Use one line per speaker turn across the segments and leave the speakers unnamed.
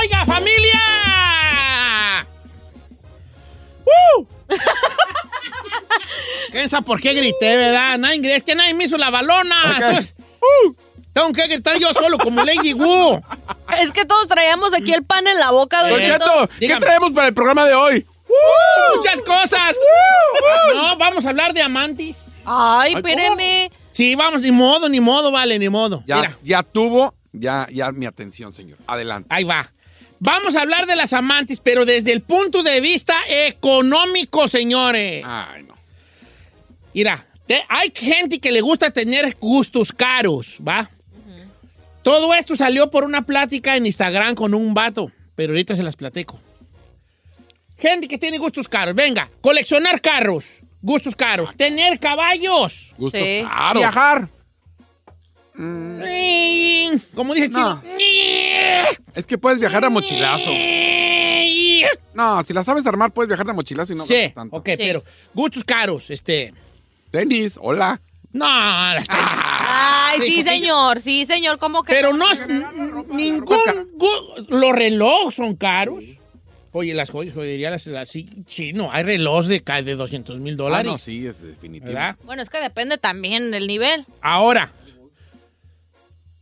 ¡Oiga, familia! ¡Uh! ¿Quién sabe por qué grité, verdad? Nadie, es que nadie me hizo la balona.
Ok.
Eso es- ¡Uh! Tengo que gritar yo solo como Lady Wu.
Es que todos traíamos aquí el pan en la boca, don
Don
Cierto.
Cheto.
Pues, Cheto, ¿qué
dígame.
traemos para el programa de hoy?
¡Muchas cosas! No, vamos a hablar de amantes.
Ay,
Ay,
espéreme.
Sí, vamos, ni modo, ni modo, vale, ni modo.
Ya,
Mira,
ya tuvo, ya, ya mi atención, señor. Adelante.
ahí va. Vamos a hablar de las amantes, pero desde el punto de vista económico, señores.
Ay, no.
Mira, te- hay gente que le gusta tener gustos caros, ¿va? Todo esto salió por una plática en Instagram con un vato, pero ahorita se las platico. Gente que tiene gustos caros, venga, coleccionar carros, gustos caros, tener caballos.
Gustos
Sí.
caros.
Viajar.
Como dije, el
No.
chino.
Es que puedes viajar a mochilazo. No, si la sabes armar, puedes viajar de mochilazo y no
sí,
gastas tanto.
ok, pero gustos caros, este...
Tenis, hola.
No, las-
Ay,
Sí,
sí,
porque
señor. Sí, señor. ¿Cómo que?
Pero no, es- n- n- ningún... gu- Los relojes son caros. Oye, las joyas, joyería, las, las- sí, sí, no, hay relojes de, ca- de 200 mil
Ah,
dólares,
no, sí, es definitivo.
¿verdad?
Ah. Bueno, es que depende también del nivel.
Ahora,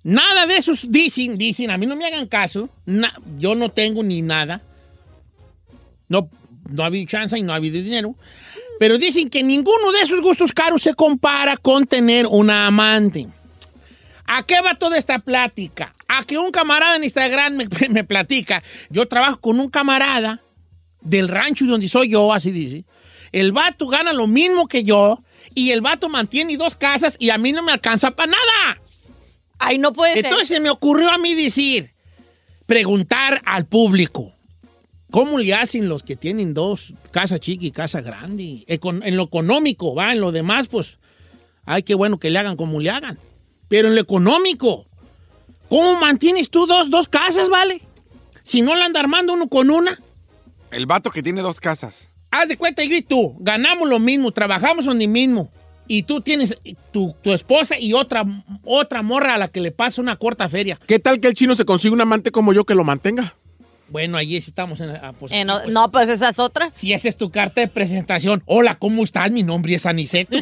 nada de esos dicen, dicen, a mí no me hagan caso, na- yo no tengo ni nada, no, no ha habido chance y no ha habido dinero, pero dicen que ninguno de esos gustos caros se compara con tener una amante. ¿A qué va toda esta plática? A que un camarada en Instagram me, me platica, yo trabajo con un camarada del rancho donde soy yo, así dice. El vato gana lo mismo que yo y el vato mantiene dos casas y a mí no me alcanza para nada.
Ay, no puede ser.
Entonces se me ocurrió a mí decir, preguntar al público, ¿cómo le hacen los que tienen dos, casa chica y casa grande? Econ- en lo económico, va, en lo demás, pues, ay, qué bueno que le hagan como le hagan. Pero en lo económico, ¿cómo mantienes tú dos, dos casas, vale? Si no la anda armando uno con una.
El vato que tiene dos casas.
Haz de cuenta, yo y tú ganamos lo mismo, trabajamos donde mismo. Y tú tienes tu, tu esposa y otra, otra morra a la que le pasa una corta feria.
¿Qué tal que el chino se consigue un amante como yo que lo mantenga?
Bueno, allí sí estamos en la
Eh,
posición.
no, no, pues esa es otra.
Si esa es tu carta de presentación. Hola, ¿cómo estás? Mi nombre es Aniceto.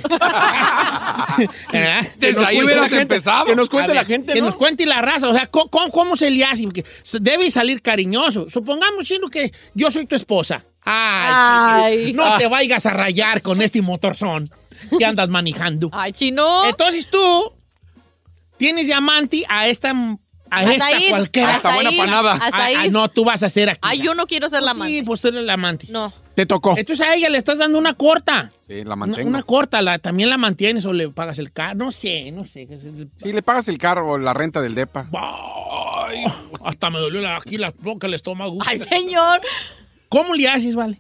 ¿Eh?
¿Verdad?
¿Eh? Desde
Que nos
ahí
cuente
hubieras
la gente.
empezado.
Que nos cuente
A ver,
la gente,
Que
¿no?
nos cuente la raza. O sea, ¿cómo, cómo- cómo se le hace? Porque se- debe salir cariñoso. Supongamos, Chino, que yo soy tu esposa. Ay,
Ay.
chiquito, no te vayas a rayar con este motorzón que andas manejando.
Ay, chino.
Entonces tú tienes diamante a esta, a esta
Azaí,
cualquiera.
azaí,
buena panada.
azaí.
Ah, ah, no, tú vas a ser aquí.
Ay, yo no quiero ser la
Sí,
amante.
pues tú eres la amante.
No.
Te tocó.
Entonces a ella le estás dando una corta.
Sí, la
Una,
mantengo.
una corta, la, también la mantienes o le pagas el carro. No sé, no sé.
Sí, le pagas el carro o la renta del depa.
Ay, hasta me dolió la- aquí la boca, el estómago.
Ay, señor.
¿Cómo le haces, vale?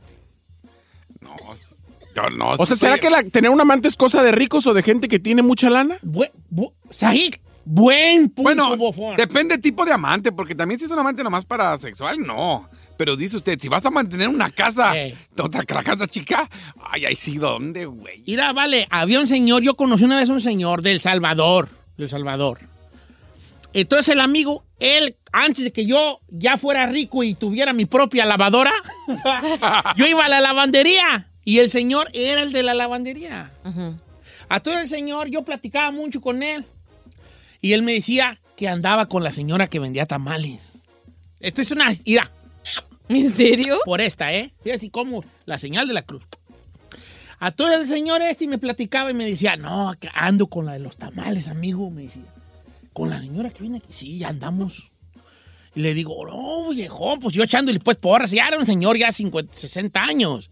No, yo no.
Oh, O sea, ¿será que la- tener un amante es cosa de ricos o de gente que tiene mucha lana?
Bue- bu- Sahid, buen punto,
Bueno,
bofón.
depende del Este tipo de amante, porque también si es un amante nomás para sexual, no. Pero dice usted, si vas a mantener una casa,
Eh.
otra que la casa chica, ay, ay, sí, ¿dónde, güey?
Mira, vale, había un señor, yo conocí una vez un señor del Salvador, del Salvador. Entonces el amigo, él, antes de que yo ya fuera rico y tuviera mi propia lavadora, yo iba a la lavandería y el señor era el de la lavandería. A todo el señor, yo platicaba mucho con él y él me decía que andaba con la señora que vendía tamales. Esto es una... Mira,
¿En serio?
por esta, ¿eh? Fíjate cómo la señal de la cruz. A todo el señor este y me platicaba y me decía, no, que ando con la de los tamales, amigo, me decía. Con la señora que viene aquí, sí, ya andamos. Y le digo, no, viejo, pues yo echándole pues porras, ya era un señor ya 50, 60 años.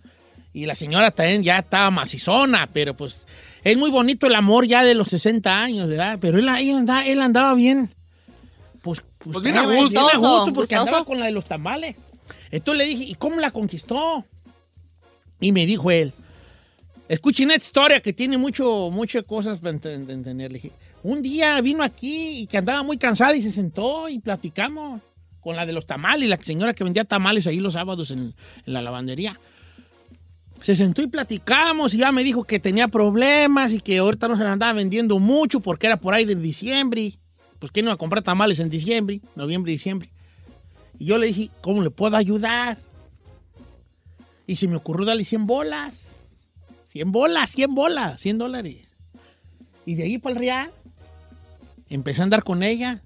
Y la señora también ya estaba macizona, pero pues es muy bonito el amor ya de los 60 años, ¿verdad? Pero él, ahí andaba, él andaba bien. Pues,
Pues bien a gusto.
a gusto, porque
Gustoso.
andaba con la de los tamales. Entonces le dije, ¿y cómo la conquistó? Y me dijo él, escuchen esta historia que tiene mucho, muchas cosas para ent- ent- entender. Le dije, un día vino aquí y que andaba muy cansada y se sentó y platicamos con la de los tamales, la señora que vendía tamales ahí los sábados en, en la lavandería. Se sentó y platicamos y ya me dijo que tenía problemas y que ahorita no se la andaba vendiendo mucho porque era por ahí de diciembre. y, Pues que no iba a comprar tamales en diciembre, noviembre, diciembre. Y yo le dije, ¿cómo le puedo ayudar? Y se me ocurrió darle 100 bolas. 100 bolas, 100 bolas, 100 dólares. Y de ahí para el real, empecé a andar con ella.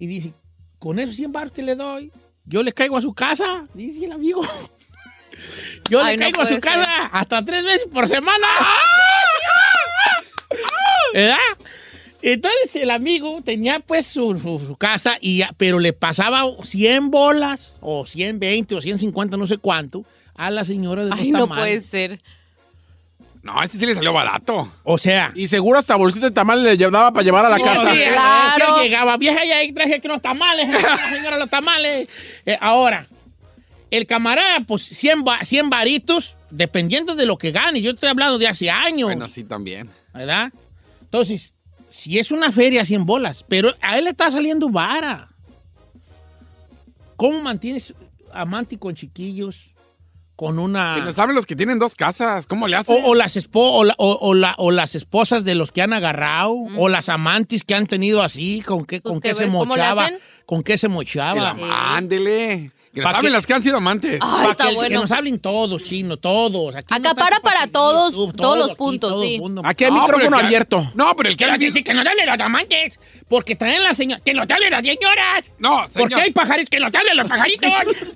Y dice, con esos 100 baros que le doy, yo le caigo a su casa, dice el amigo. Yo le
Ay, no
caigo a su
puede ser.
casa hasta tres veces por semana. ¿Verdad? Entonces el amigo tenía pues su, su- su casa, y, ya- pero le pasaba 100 bolas, o 120, o 150, no sé cuánto, a la señora de los
Ay, no puede
tamales.
ser.
No, este sí le salió barato.
O sea...
Y seguro hasta bolsita de tamales le llevaba para llevar a la
Sí,
casa.
sí,
Claro.
sí, él llegaba vieja y ahí traje que los tamales, señora los tamales. Eh, ahora, el camarada, pues 100, ba- 100 varitos, dependiendo de lo que gane. Yo estoy hablando de hace años,
Bueno, sí, también.
¿verdad? Entonces, si es una feria 100 bolas, pero a él le está saliendo vara. ¿Cómo mantienes amante con chiquillos? Con una...
Pero saben los que tienen dos casas, ¿cómo le hacen?
O, o las espo- o, la- o- o la- o las esposas de los que han agarrado, o las amantes que han tenido así, con qué,
Mm. Pues
con
que
qué se
ves cómo le
mochaba,
hacen.
con qué se
El
mochaba.
am- Ándele. Que
¿Pa' qué?
saben las que han sido amantes.
Ah,
Pa'
está
que, que
bueno.
nos hablen todos, chino, todos. Aquí no
Acapara
tanto pa'
para
que-
todos, todos los
aquí,
puntos,
todo
sí.
mundo.
Aquí hay
No, pero
micrófono
el que-
abierto.
No, pero el que
Pero
ha
que
vivido-
sí, que nos hablen los amantes, porque traen las señoras, que nos hablen las señoras.
No, señor.
Porque hay pajaritos, que nos hablen los pajaritos.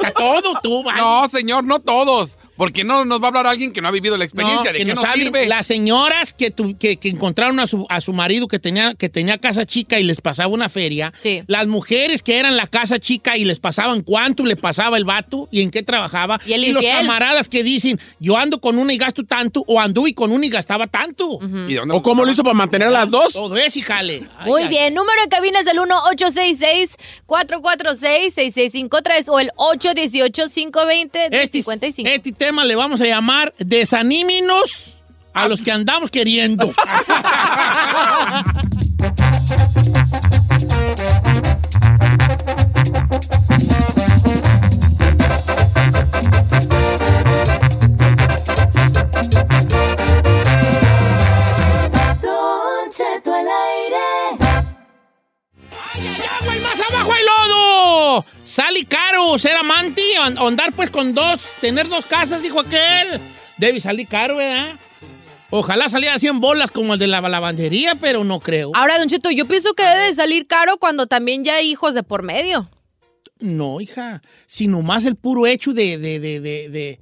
A todos, tú, vas.
No, señor, no todos. Porque no nos va a hablar alguien que no ha vivido la experiencia.
No,
¿De
que
qué
nos
nos
hablen
sirve?
Las señoras que, tu- que, que encontraron a su, a su marido que tenía, que tenía casa chica y les pasaba una feria.
Sí.
Las mujeres que eran la casa chica y les pasaban cuánto le pasaba el vato y en qué trabajaba.
Y el
los
infiel.
camaradas que dicen, yo ando con una y gasto tanto, o anduve con una y gastaba tanto.
¿Y de dónde
¿O cómo lo hizo para mantener a las dos?
Todo eso, y jale. Pues Ay,
Muy
Ah, ay.
bien, número en cabina es el 1-866-446-6653 o el 818-520-55.
Este, este tema le vamos a llamar Desanímenos a los que andamos queriendo. ¡Ay, ay, agua! ¡Y más abajo hay lodo! Sale caro ser amante o an- o andar pues con dos, tener dos casas, dijo aquel. Debe salir caro, ¿verdad? Ojalá saliera 100 bolas como el de la lavandería, pero no creo.
Ahora, Don Cheto, yo pienso que debe de salir caro cuando también ya hay hijos de por medio.
No, hija, sino más el puro hecho de, de, de, de, de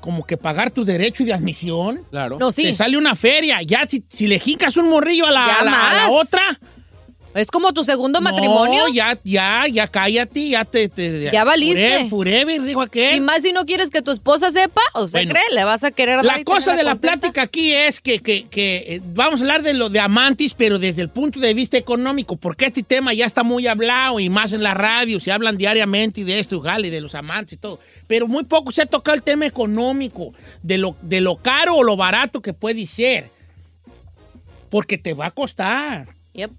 como que pagar tu derecho de admisión.
Claro.
No, sí.
Te sale una feria. Ya si, si le jicas un morrillo a la,
Ya
a la- a la
más.
otra.
Es como tu segundo matrimonio.
No, ya, ya, ya cállate, ya te. te-
Ya valiste.
Fure- Forever, dijo aquel.
Y más si no quieres que tu esposa sepa, ¿usted
Bueno.
cree? Le vas a querer dar
La
y
cosa
tenerla
de la
contenta?
plática aquí es que, que- que, eh, vamos a hablar de lo de amantes, pero desde el punto de vista económico, porque este tema ya está muy hablado y más en la radio, se hablan diariamente y de esto, y jale, de los amantes y todo. Pero muy poco se ha tocado el tema económico, de lo, de lo caro o lo barato que puede ser. Porque te va a costar,
Yep.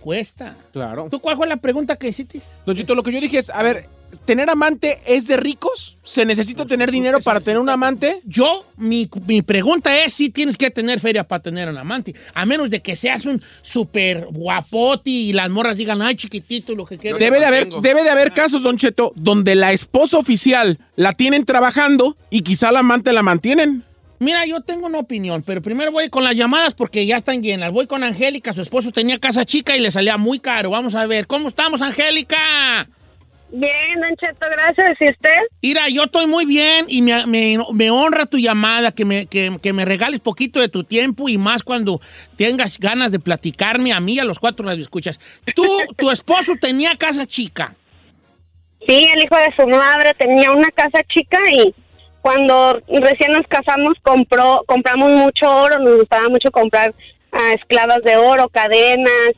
cuesta.
Claro.
¿Tú cuál fue la pregunta que hiciste?
Don Chito, lo que yo dije es, a ver, ¿Tener amante es de ricos? ¿Se necesita tener dinero para tener un amante?
Yo, mi, mi pregunta es si tienes que tener feria para tener un amante. A menos de que seas un súper guapote y las morras digan, ay, chiquitito, lo que quieras.
Debe de, haber,
tengo.
debe de haber casos, Don Cheto, donde la esposa oficial la tienen trabajando y quizá la amante la mantienen.
Mira, yo tengo una opinión, pero primero voy con las llamadas porque ya están llenas. Voy con Angélica, su esposo tenía casa chica y le salía muy caro. Vamos a ver, ¿cómo estamos, Angélica?
Bien, Don Cheto, gracias. ¿Y usted?
Mira, yo estoy muy bien y me, me- me honra tu llamada, que me, que- que me regales poquito de tu tiempo y más cuando tengas ganas de platicarme a mí y a los cuatro las escuchas. Tú, tu esposo tenía casa chica.
Sí, el hijo de su madre tenía una casa chica y cuando recién nos casamos compró, compramos mucho oro, nos gustaba mucho comprar ah, esclavas de oro, cadenas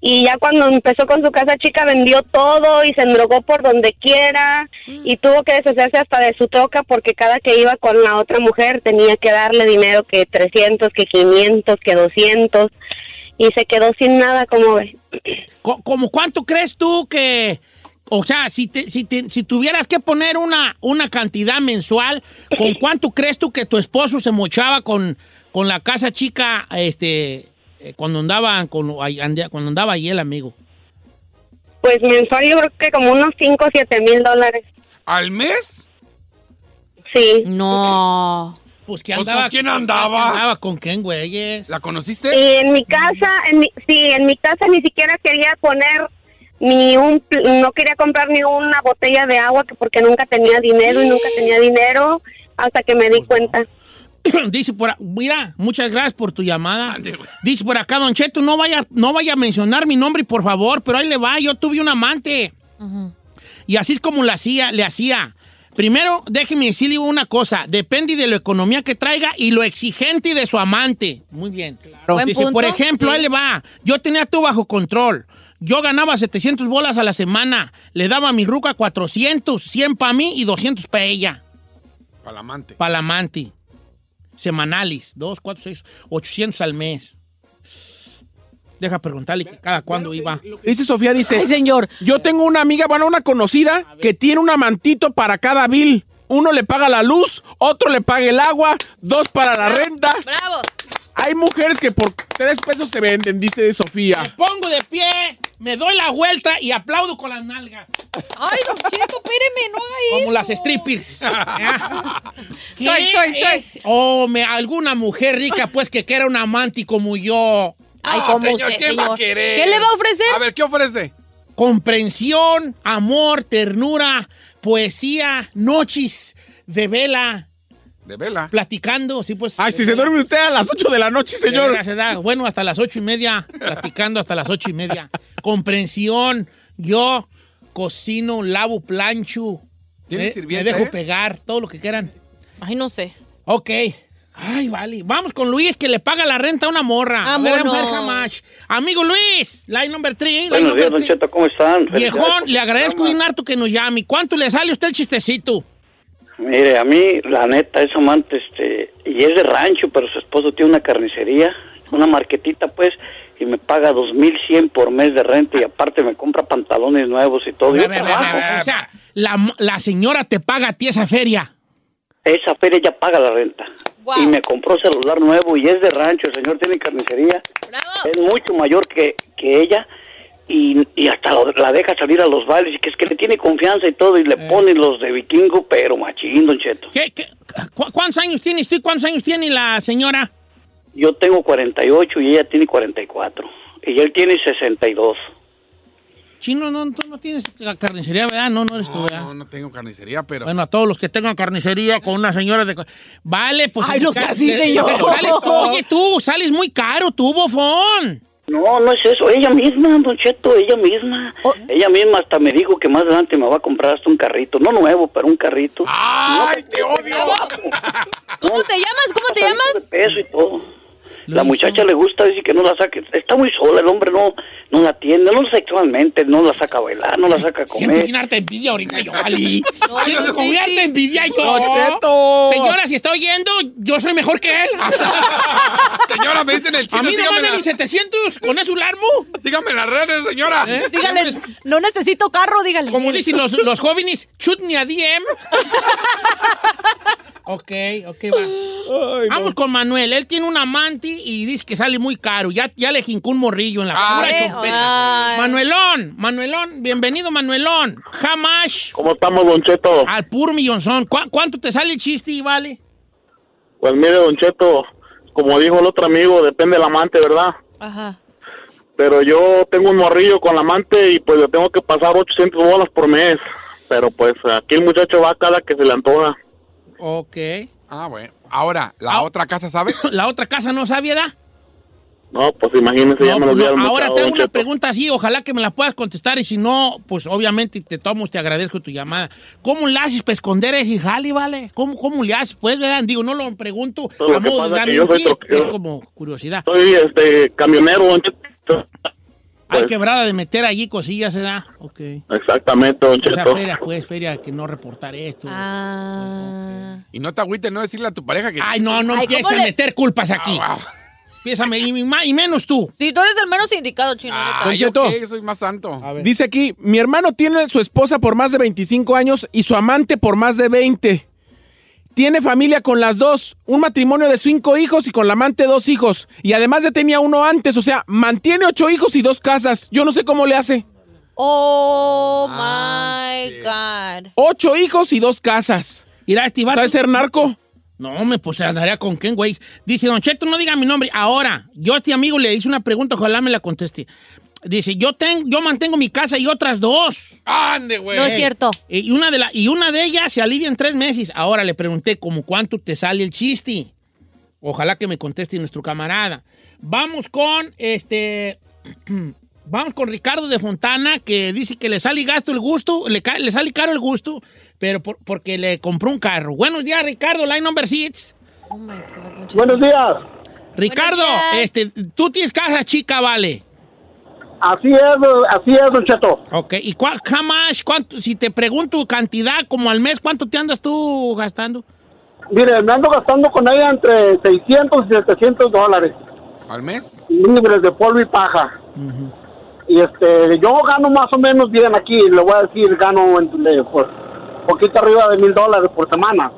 y ya cuando empezó con su casa chica vendió todo y se endrogó por donde quiera y tuvo que deshacerse hasta de su troca porque cada que iba con la otra mujer tenía que darle dinero que 300, que 500, que 200 y se quedó sin nada como ve.
Co- ¿Cómo cuánto crees tú que... O sea, si, te- si, te- si tuvieras que poner una, una cantidad mensual, ¿con cuánto crees tú que tu esposo se mochaba con, con la casa chica este, eh, cuando, andaban, con, ahí ande- cuando andaba ahí el amigo?
Pues mensual yo creo que como unos 5 o 7 mil dólares.
¿Al mes?
Sí.
No.
Pues que
Pues,
andaba...
¿con quién andaba?
andaba con quién, güeyes?
¿La conociste?
Y en mi casa, en mi, sí, en mi casa ni siquiera quería poner ni un, pl- no quería comprar ni una botella de agua que porque nunca tenía dinero y nunca tenía dinero hasta que
Pues
me di cuenta.
Dice por... a- Mira, muchas gracias por tu llamada.
Ande, güey.
Dice por acá, Don Cheto, no vaya, no vaya a mencionar mi nombre, por favor, pero ahí le va, yo tuve un amante. Y así es como la hacía, le hacía. Primero, déjeme decirle una cosa, depende de la economía que traiga y lo exigente de su amante. Muy bien.
Buen
Dice,
punto,
por ejemplo,
sí.
ahí le va, yo tenía todo bajo control. Yo ganaba 700 bolas a la semana, le daba a mi ruca 400, 100 para mí y 200 para ella.
Para amante.
Palamanti. Semanales. 2, 4, 6, 800 al mes. Deja preguntarle que cada cuándo iba.
Dice Sofía, dice,
Ay, señor.
yo tengo una amiga, bueno, una conocida, que tiene un amantito para cada bill. Uno le paga la luz, otro le paga el agua, dos para
Ah.
la renta.
Bravo.
Hay mujeres que por tres pesos se venden, dice Sofía.
Me pongo de pie, me doy la vuelta y aplaudo con las nalgas.
Ay, don Cheto, espéreme, no haga eso.
Como las strippers. ¿Qué
Soy, soy, soy.
es? Oh, me- alguna mujer rica, pues, que quiera un amante como yo.
Ay,
No,
como
Ah, señor,
usted,
¿quién va a
señor.
querer?
¿Qué le va a ofrecer?
A ver, ¿qué ofrece?
Comprensión, amor, ternura, poesía, noches de vela,
De vela.
platicando. Sí, pues.
Ay, si se duerme usted a las 8 de la noche,
Señor.
señor.
Bueno, hasta las ocho y media, platicando hasta las ocho y media. Comprensión, yo cocino, lavo, plancho.
¿Tiene
me,
sirvienta,
me dejo
eh?
pegar, todo lo que quieran.
Ay, no sé.
Ok. Ay, vale. Vamos con Luis, que le paga la renta a una morra. A ver,
Vámonos.
Fer Hamash. Amigo Luis, line number three. line
Buenos
number
días, Don
three.
Cheto, ¿cómo están?
Viejón,
Felicidades.
le agradezco bien harto que nos llame. ¿Cuánto le sale a usted el chistecito?
Mire, a mí, la neta, es amante, este, y es de rancho, pero su esposo tiene una carnicería, una marquetita, pues, y me paga 2.100 por mes de renta, y aparte me compra pantalones nuevos y todo.
A ver,
Yo
a ver, a ver,
trabajo.
a ver. O sea, la, la señora te paga a ti esa feria.
Esa feria ya paga la renta.
Guau.
Y me compró celular nuevo, y es de rancho, el señor tiene carnicería.
Bravo.
Es mucho mayor que, que ella. Y, y hasta lo- la deja salir a los bailes, y que es que le tiene confianza y todo, y le pone los de vikingo, pero machín, don Cheto.
Eh. ¿Qué, qué- cu- ¿Cuántos años tienes tú y cuántos años tiene la señora?
Yo tengo 48 y ella tiene 44. Y él tiene 62.
Chino, no, tú no tienes la carnicería, ¿verdad? No, no eres tú,
No,
¿verdad?
no, no tengo carnicería, pero.
Bueno, a todos los que tengan carnicería con una señora de... Vale, pues...
Ay, no sea así,
eh,
señor.
pero sales- oye, tú, sales muy caro, tú, bofón.
No, no es eso. Ella misma, Don Cheto, ella misma.
Oh.
Ella misma hasta me dijo que más adelante me va a comprar hasta un carrito. No nuevo, pero un carrito.
¡Ay, te odio!
¿Cómo te llamas? ¿Cómo te
Hasta
llamas?
De peso y todo.
Lo
la
hizo.
muchacha le gusta decir que no la saque. Está muy sola, el hombre no, no la atiende, no sexualmente, no la saca a bailar, no la saca a
Siento
comer.
bien harta envidia ahorita yo, Ali.
No,
Siento
no,
bien
Titi.
harta envidia yo.
Don Cheto.
Señora, si está oyendo, yo soy mejor que él.
Señora, me dicen el
A
chino.
mí no
Dígame,
más de
la-
mis 700, con eso larmo.
dígame las redes, señora.
¿Eh?
Dígale, no necesito carro, dígale.
Como dicen los, los jóvenes, chut ni a DM. ok, ok, va. Vamos con Manuel. Él tiene un amante y dice que sale muy caro. Ya, ya le jincó un morrillo en la
Ah,
pura
Eh,
chompeta.
ay.
Manuelón, Manuelón, bienvenido, Manuelón. Jamás
¿Cómo estamos, Don Cheto?
al pur millonzón. ¿Cu- ¿Cuánto te sale el chiste, y vale?
Pues mire, Don Cheto, como dijo el otro amigo, depende del amante, ¿verdad?
Ajá.
Pero yo tengo un morrillo con la amante y pues le tengo que pasar 800 bolas por mes. Pero pues aquí el muchacho va cada que se le antoja.
Ok.
Ah, bueno. Ahora, la
Ah.
otra casa, ¿sabe?
La otra casa no sabía, ¿verdad?
No, pues imagínense, ya me
No,
lo
no,
dieron
ahora
muchacho,
tengo
Don
una
Cheto.
pregunta así, ojalá que me la puedas contestar y si no, pues obviamente te tomo, te agradezco tu llamada. ¿Cómo le haces para esconder ese jali, vale? ¿Cómo, cómo le haces? Pues, ¿verdad? Digo, no lo pregunto
Lo que
a modo de
pasa es
dar
que yo
un
soy
tip,
troquero.
es como curiosidad.
Soy este camionero, Don Cheto.
Hay
pues.
quebrada de meter allí cosillas, ¿verdad? Ok.
Exactamente, Don
O sea,
Cheto.
feria, pues, feria, que no reportar esto.
Ah.
Y no te agüites, no decirle a tu pareja que.
Ay, no, no
Ay,
empieces a
¿cómo le-
meter culpas aquí.
Ah,
Empieza, y, y más- y menos tú.
Sí, tú eres el menos indicado, chino.
ah,
neta.
Don
yo
Cheto.
qué, yo soy más santo.
Dice aquí, mi hermano tiene a su esposa por más de 25 años y su amante por más de 20. Tiene familia con las dos, un matrimonio de cinco hijos y con la amante dos hijos. Y además ya tenía uno antes, o sea, mantiene ocho hijos y dos casas. Yo no sé cómo le hace.
Oh
Ah,
my
sí.
God.
Ocho hijos y dos casas.
Irá, este vato-
¿Sabe ser narco?
No, me pues andaría con quién, güey. Dice, Don Cheto, no diga mi nombre. Ahora, yo a este amigo le hice una pregunta, ojalá me la conteste. Dice, yo tengo, yo mantengo mi casa y otras dos.
Ande, güey.
No es cierto.
Y una de la, y una de ellas se alivia en tres meses. Ahora le pregunté, ¿cómo cuánto te sale el chiste? Ojalá que me conteste nuestro camarada. Vamos con este. Vamos con Ricardo de Fontana, que dice que le sale gasto el gusto, le, ca- le sale caro el gusto, pero por- porque le compró un carro. Buenos días, Ricardo, line number six.
Oh my God. don Cheto.
Buenos días.
Ricardo,
Buenos días.
este, tú tienes casa chica, vale.
Así es, así es, Don Cheto.
Ok, ¿y cuál, jamás, cuánto, si te pregunto cantidad, como al mes, cuánto te andas tú gastando?
Mire, me ando gastando con ella entre 600 y 700 dólares,
¿Al mes?
libres de polvo y paja. Y este, yo gano más o menos bien aquí, le voy a decir, gano entre, pues, poquito arriba de mil dólares por semana.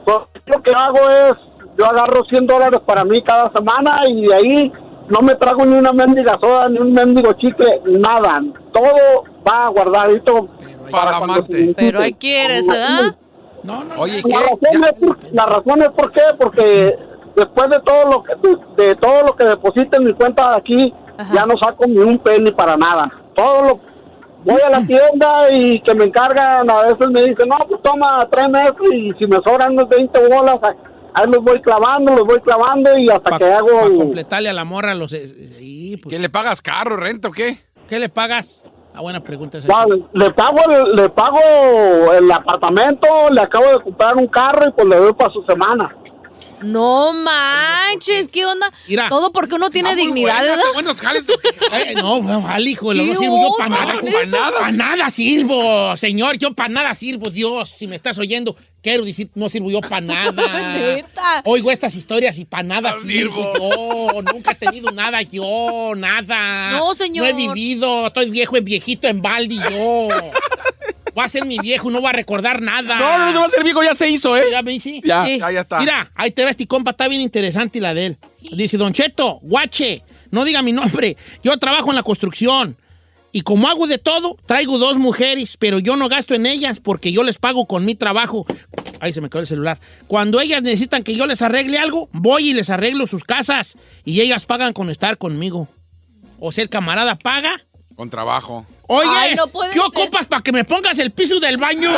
Entonces, lo que hago es, yo agarro 100 dólares para mí cada semana y de ahí no me trago ni una mendiga soda, ni un mendigo chicle, nada. Todo va guardadito
Para la
cuando
amante.
se necesite.
Pero ahí quieres, ¿verdad?
No, no,
Oye,
no.
¿qué?
La razón, es por, la razón es por qué, porque después de todo lo que, de, de todo lo que deposito en mi cuenta de aquí,
Ajá.
ya no saco ni un penny para nada. Todo lo voy a la tienda y que me encargan, a veces me dicen, no, pues toma, tráeme esto y si me sobran unos 20 bolas, ah, ahí los voy clavando, los voy clavando y hasta
Pa-
que hago...
pa completarle a la morra los... eh, eh, y, pues,
¿Que le pagas carro, renta o qué?
¿Qué le pagas? La buena pregunta es
Ya, le pago el, le pago el apartamento, le acabo de comprar un carro y pues le doy para su semana.
No manches, ¿qué onda?
Mira.
Todo porque uno tiene
Ah, muy
dignidad,
buenas,
¿verdad?
Buenos jales.
Ay, no, no, al hijo, no
¿Qué
sirvo yo para
onda,
nada.
neta?
Para nada, pa' nada sirvo, señor. Yo para nada sirvo, Dios. Si me estás oyendo, quiero decir, no sirvo yo para nada.
Neta.
Oigo estas historias y para nada
No
sirvo. Yo nunca he tenido nada, yo, nada.
No, señor.
No he vivido, estoy viejo, es viejito en balde yo. Voy a ser mi viejo, no voy a recordar nada.
No, no, no se va a ser viejo, ya se hizo, ¿eh?
Ya, Vinci.
Ya.
Sí.
Ah, ya está.
Mira, ahí te ves, ti compa, está bien interesante la de él. Dice, Don Cheto, guache, no diga mi nombre, yo trabajo en la construcción. Y como hago de todo, traigo dos mujeres, pero yo no gasto en ellas porque yo les pago con mi trabajo. Ahí se me quedó el celular. Cuando ellas necesitan que yo les arregle algo, voy y les arreglo sus casas y ellas pagan con estar conmigo. O sea, el camarada paga.
Con trabajo.
Oye,
Ay, no puede
¿qué
ser.
ocupas para que me pongas el piso del baño?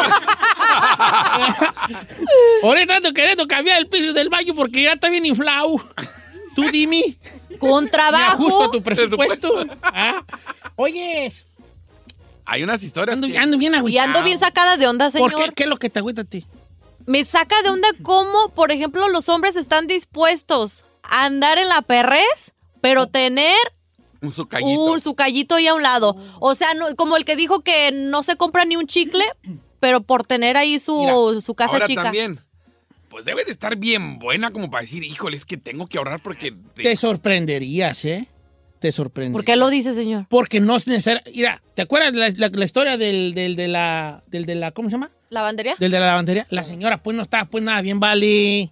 Ahorita ando queriendo cambiar el piso del baño porque ya está bien inflado. Tú dime,
Con
me ajusto a
trabajo.
tu presupuesto. ¿Ah? Oye,
Hay unas historias.
ando,
que-
ando bien
Y
agüitado.
ando bien sacada de onda,
¿Por qué?
señor.
¿Qué es lo que te agüita a ti?
Me saca de onda cómo, por ejemplo, los hombres están dispuestos andar en la perrez, pero tener
Un socallito.
un, su callito ahí a un lado.
Mm.
O sea, no- como el que dijo que no se compra ni un chicle, pero por tener ahí su,
Mira,
su casa
ahora
chica.
también, pues debe de estar bien buena como para decir, híjole, es que tengo que ahorrar porque...
Te sorprenderías, ¿eh? Te sorprenderías.
¿Por qué lo dice, señor?
Porque no es necesario. Mira, ¿te acuerdas la, la- la historia del, del de la. del de la. ¿Cómo se llama?
¿Lavandería?
Del de la lavandería. La señora, pues no estaba, pues nada bien, vale.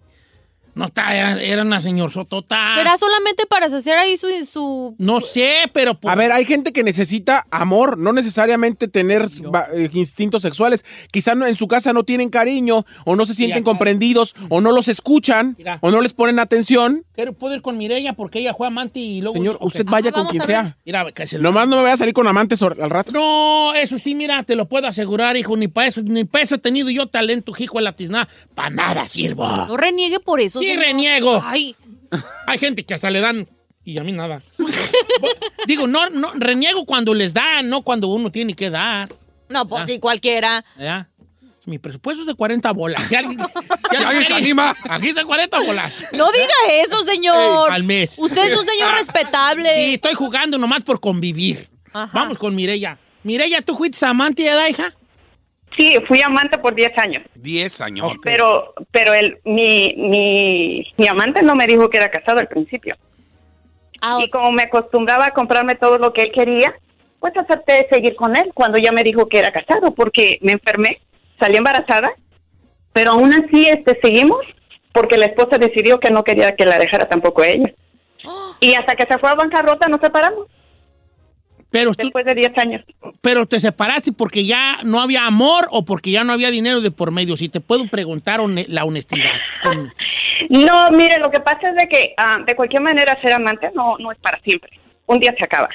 No está, era, era una señor sotota.
¿Será solamente para saciar ahí su... su-
No sé, pero pues,
A ver, hay gente que necesita amor, no necesariamente tener va- eh, instintos sexuales. Quizá no- en su casa no tienen cariño, o no se sienten
acá-
comprendidos, o no los escuchan,
Mira.
o no les ponen atención.
Quiero poder ir con Mirella porque ella juega amante y luego.
Señor,
Ok.
usted vaya
Ah,
con
vamos
quien
a ver.
sea.
Mira, que se lo-
Nomás no me vaya a salir con amantes or- al rato.
No, eso sí, mira, te lo puedo asegurar, hijo. Ni para eso, ni para eso he tenido yo talento, hijo de la tizna. Para nada sirvo.
No reniegue por eso.
Ah. Sí,
señor.
reniego.
Ay,
Hay gente que hasta le dan y a mí nada. Bo- Digo, no, no, reniego cuando les dan, no cuando uno tiene que dar.
no, pues
Ah.
sí, cualquiera.
¿verdad? Mi presupuesto es de 40 bolas. Si alguien, si
¿Alguien se
quiere-
anima?
Aquí está 40 bolas.
No diga eso, señor.
Ey, al mes.
Usted es un señor respetable.
Sí, estoy jugando nomás por convivir.
Ajá.
Vamos con Mirella. Mirella, ¿tú fuiste amante de la hija?
Sí, fui amante por 10 años,
10 años.
Ok.
pero pero el mi, mi, mi amante no me dijo que era casado al principio.
Ah, o
Y como me acostumbraba a comprarme todo lo que él quería, pues acepté seguir con él cuando ya me dijo que era casado, porque me enfermé, salí embarazada, pero aún así este seguimos, porque la esposa decidió que no quería que la dejara tampoco a ella.
Oh.
Y hasta que se fue a bancarrota nos separamos,
Pero, tú-
después de 10 años.
pero te separaste porque ya no había amor o porque ya no había dinero de por medio. Si te puedo preguntar hone- la honestidad. Con-
No, mire, lo que pasa es de que ah, de cualquier manera ser amante no, no es para siempre. Un día se acaba.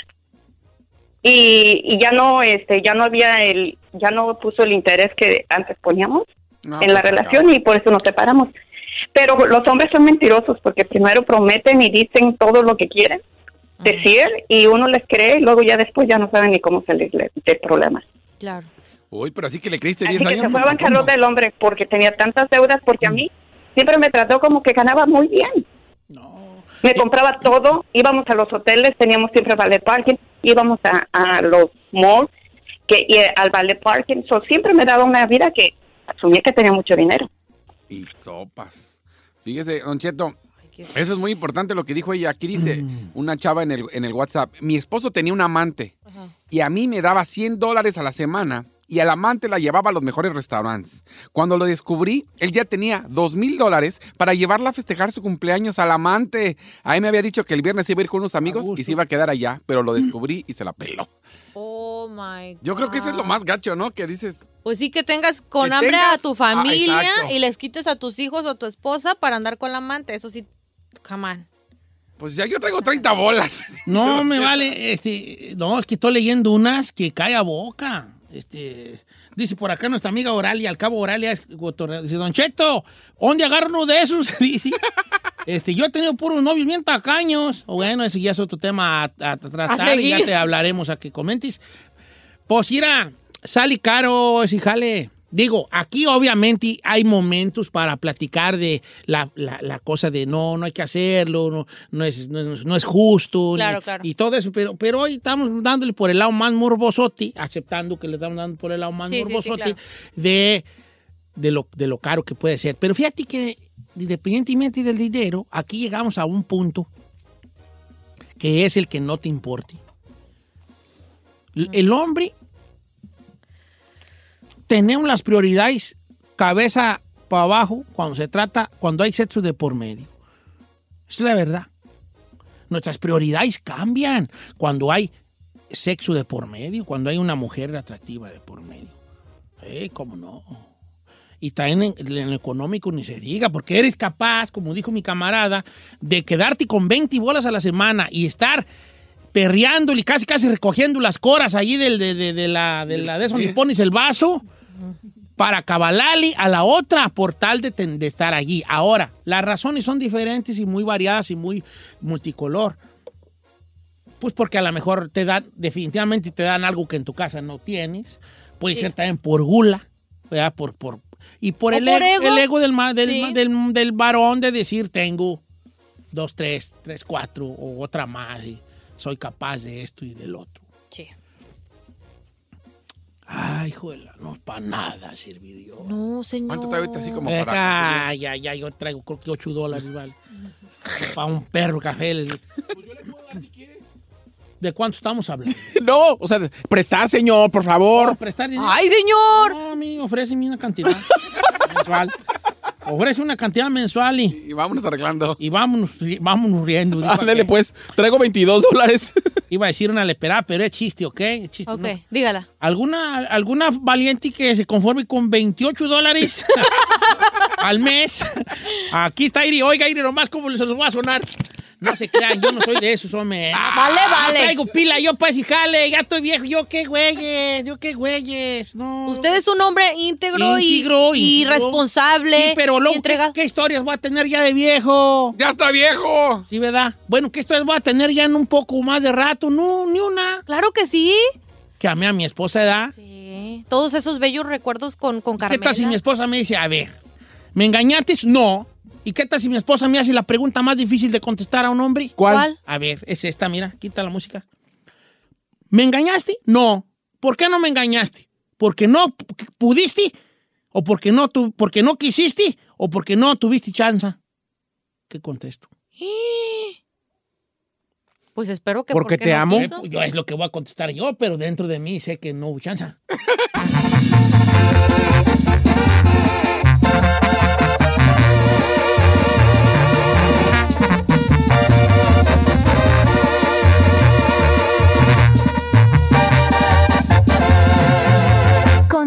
Y, y ya no este ya no había el ya no puso el interés que antes poníamos
No,
en la
pues, se
relación y por eso nos separamos. Pero los hombres son mentirosos porque primero prometen y dicen todo lo que quieren decir y uno les cree y luego ya después ya no saben ni cómo salir le- del problema.
claro.
Uy, pero así que le creíste
Así
10
que
años.
se fue a
¿cómo?
bancarrota el hombre porque tenía tantas deudas porque a mí siempre me trató como que ganaba muy bien. Me compraba todo, íbamos a los hoteles, teníamos siempre ballet parking, íbamos a, a los malls, que, y, eh, al ballet parking. So, siempre me daba una vida que asumía que tenía mucho dinero.
Y sopas. Fíjese, Don Cheto, eso es muy importante lo que dijo ella. Aquí dice una chava en el, en el WhatsApp. Mi esposo tenía un amante y a mí me daba 100 dólares a la semana y al amante la llevaba a los mejores restaurantes. Cuando lo descubrí, él ya tenía 2 mil dólares para llevarla a festejar su cumpleaños al amante. A mí me había dicho que el viernes iba a ir con unos amigos y se iba a quedar allá, pero lo descubrí y se la peló.
Oh, my God.
Yo creo que eso es lo más gacho, ¿no? Que dices,
Pues sí, que tengas con
Que
hambre a
tengas-
tu
Ah,
familia
exacto.
y les quites a tus hijos o a tu esposa para andar con la amante. Eso sí, come on.
pues ya yo traigo 30 bolas.
No, me vale. Este, no, es que estoy leyendo unas que cae a boca. Este, dice por acá nuestra amiga Oralia, al cabo Oralia es cotorreo. Dice, Don Cheto, ¿dónde agarro uno de esos? Dice. Este, yo he tenido puros novios bien tacaños. Bueno, ese ya es otro tema a, a tratar y ya
seguir.
te hablaremos a que comentes. Pues mira, sale caro ese jale. Digo, aquí obviamente hay momentos para platicar de la, la- la cosa de no, no hay que hacerlo, no, no, es, no, es- no es justo. ni-
Claro, claro.
Y todo eso, pero, pero hoy estamos dándole por el lado más morbosote, aceptando que le estamos dando por el lado más
Sí, sí, sí,
morbosote
claro.
de, de, lo, de lo caro que puede ser. Pero fíjate que independientemente del dinero, aquí llegamos a un punto que es el que no te importe. L- El hombre tenemos las prioridades cabeza para abajo cuando se trata, cuando hay sexo de por medio. Es la verdad. Nuestras prioridades cambian cuando hay sexo de por medio, cuando hay una mujer atractiva de por medio. Eh, cómo no. Y también en, en lo económico ni se diga, porque eres capaz, como dijo mi camarada, de quedarte con 20 bolas a la semana y estar perreándole y casi casi recogiendo las coras allí del, de, de- de la, de la de eso donde pones el vaso para cabalali a la otra por tal de, ten- de estar allí. Ahora, las razones son diferentes y muy variadas y muy multicolor. Pues porque a lo mejor te dan, definitivamente te dan algo que en tu casa no tienes. Puede ser también por gula, ¿verdad? Por, por, y por
O
el,
por
ego,
ego.
el ego del, ma- del,
Sí.
ma- del, del varón de decir tengo. dos, tres, tres, cuatro o otra más. y soy capaz de esto y del otro.
Sí.
Ay, juela, no para nada sirvió Dios.
No, señor.
¿Cuánto te ahorita así como
Eh,
para.?
ay, ay, ay, yo traigo creo que 8 dólares, vale. para un perro café. el-
Pues
¿De cuánto estamos hablando?
No, o sea, prestar, señor, por favor.
prestar dinero?
¡Ay, señor!
No, a mí, ofréceme una cantidad mensual. Ofrece una cantidad mensual y,
Y vámonos arreglando.
y vámonos, ri- vámonos riendo. digo,
Ándale,
¿qué?
pues, traigo 22 dólares.
Iba a decir una leperada, pero es chiste, ¿ok? Es chiste,
Ok,
¿no?
dígala.
¿Alguna, ¿Alguna valiente que se conforme con 28 dólares al mes? Aquí está Iri. Oiga, Iri, nomás cómo se los voy a sonar. No se crean, yo no soy de esos, hombre.
Ah, Vale,
No
vale.
traigo pila, yo pues, y jale, ya estoy viejo. Yo qué güeyes, yo qué güeyes. No.
Usted es un hombre íntegro, y-
Íntegro,
y,
íntegro.
responsable.
Sí, pero
y
luego, ¿qué,
entrega-
qué historias voy a tener ya de viejo?
¡Ya está viejo!
Sí, ¿verdad? Bueno, ¿qué historias voy a tener ya en un poco más de rato? No, ni una.
Claro que sí.
Que amé a mi esposa, ¿verdad?
Sí. Todos esos bellos recuerdos con, con
¿Qué
Carmela.
tal si mi esposa me dice, a ver, ¿me engañaste? No. ¿Y qué tal si mi esposa me hace la pregunta más difícil de contestar a un hombre?
¿Cuál?
A ver, es esta, mira, quita la música. ¿Me engañaste? No. ¿Por qué no me engañaste? ¿Porque no p- pudiste? ¿O porque no, tu- porque no quisiste? ¿O porque no tuviste chance? ¿Qué contesto?
Pues espero que.
Porque
¿por qué
te
no
amo.
quiso?
Eh, Yo es lo que voy a contestar yo, pero dentro de mí sé que no hubo chance.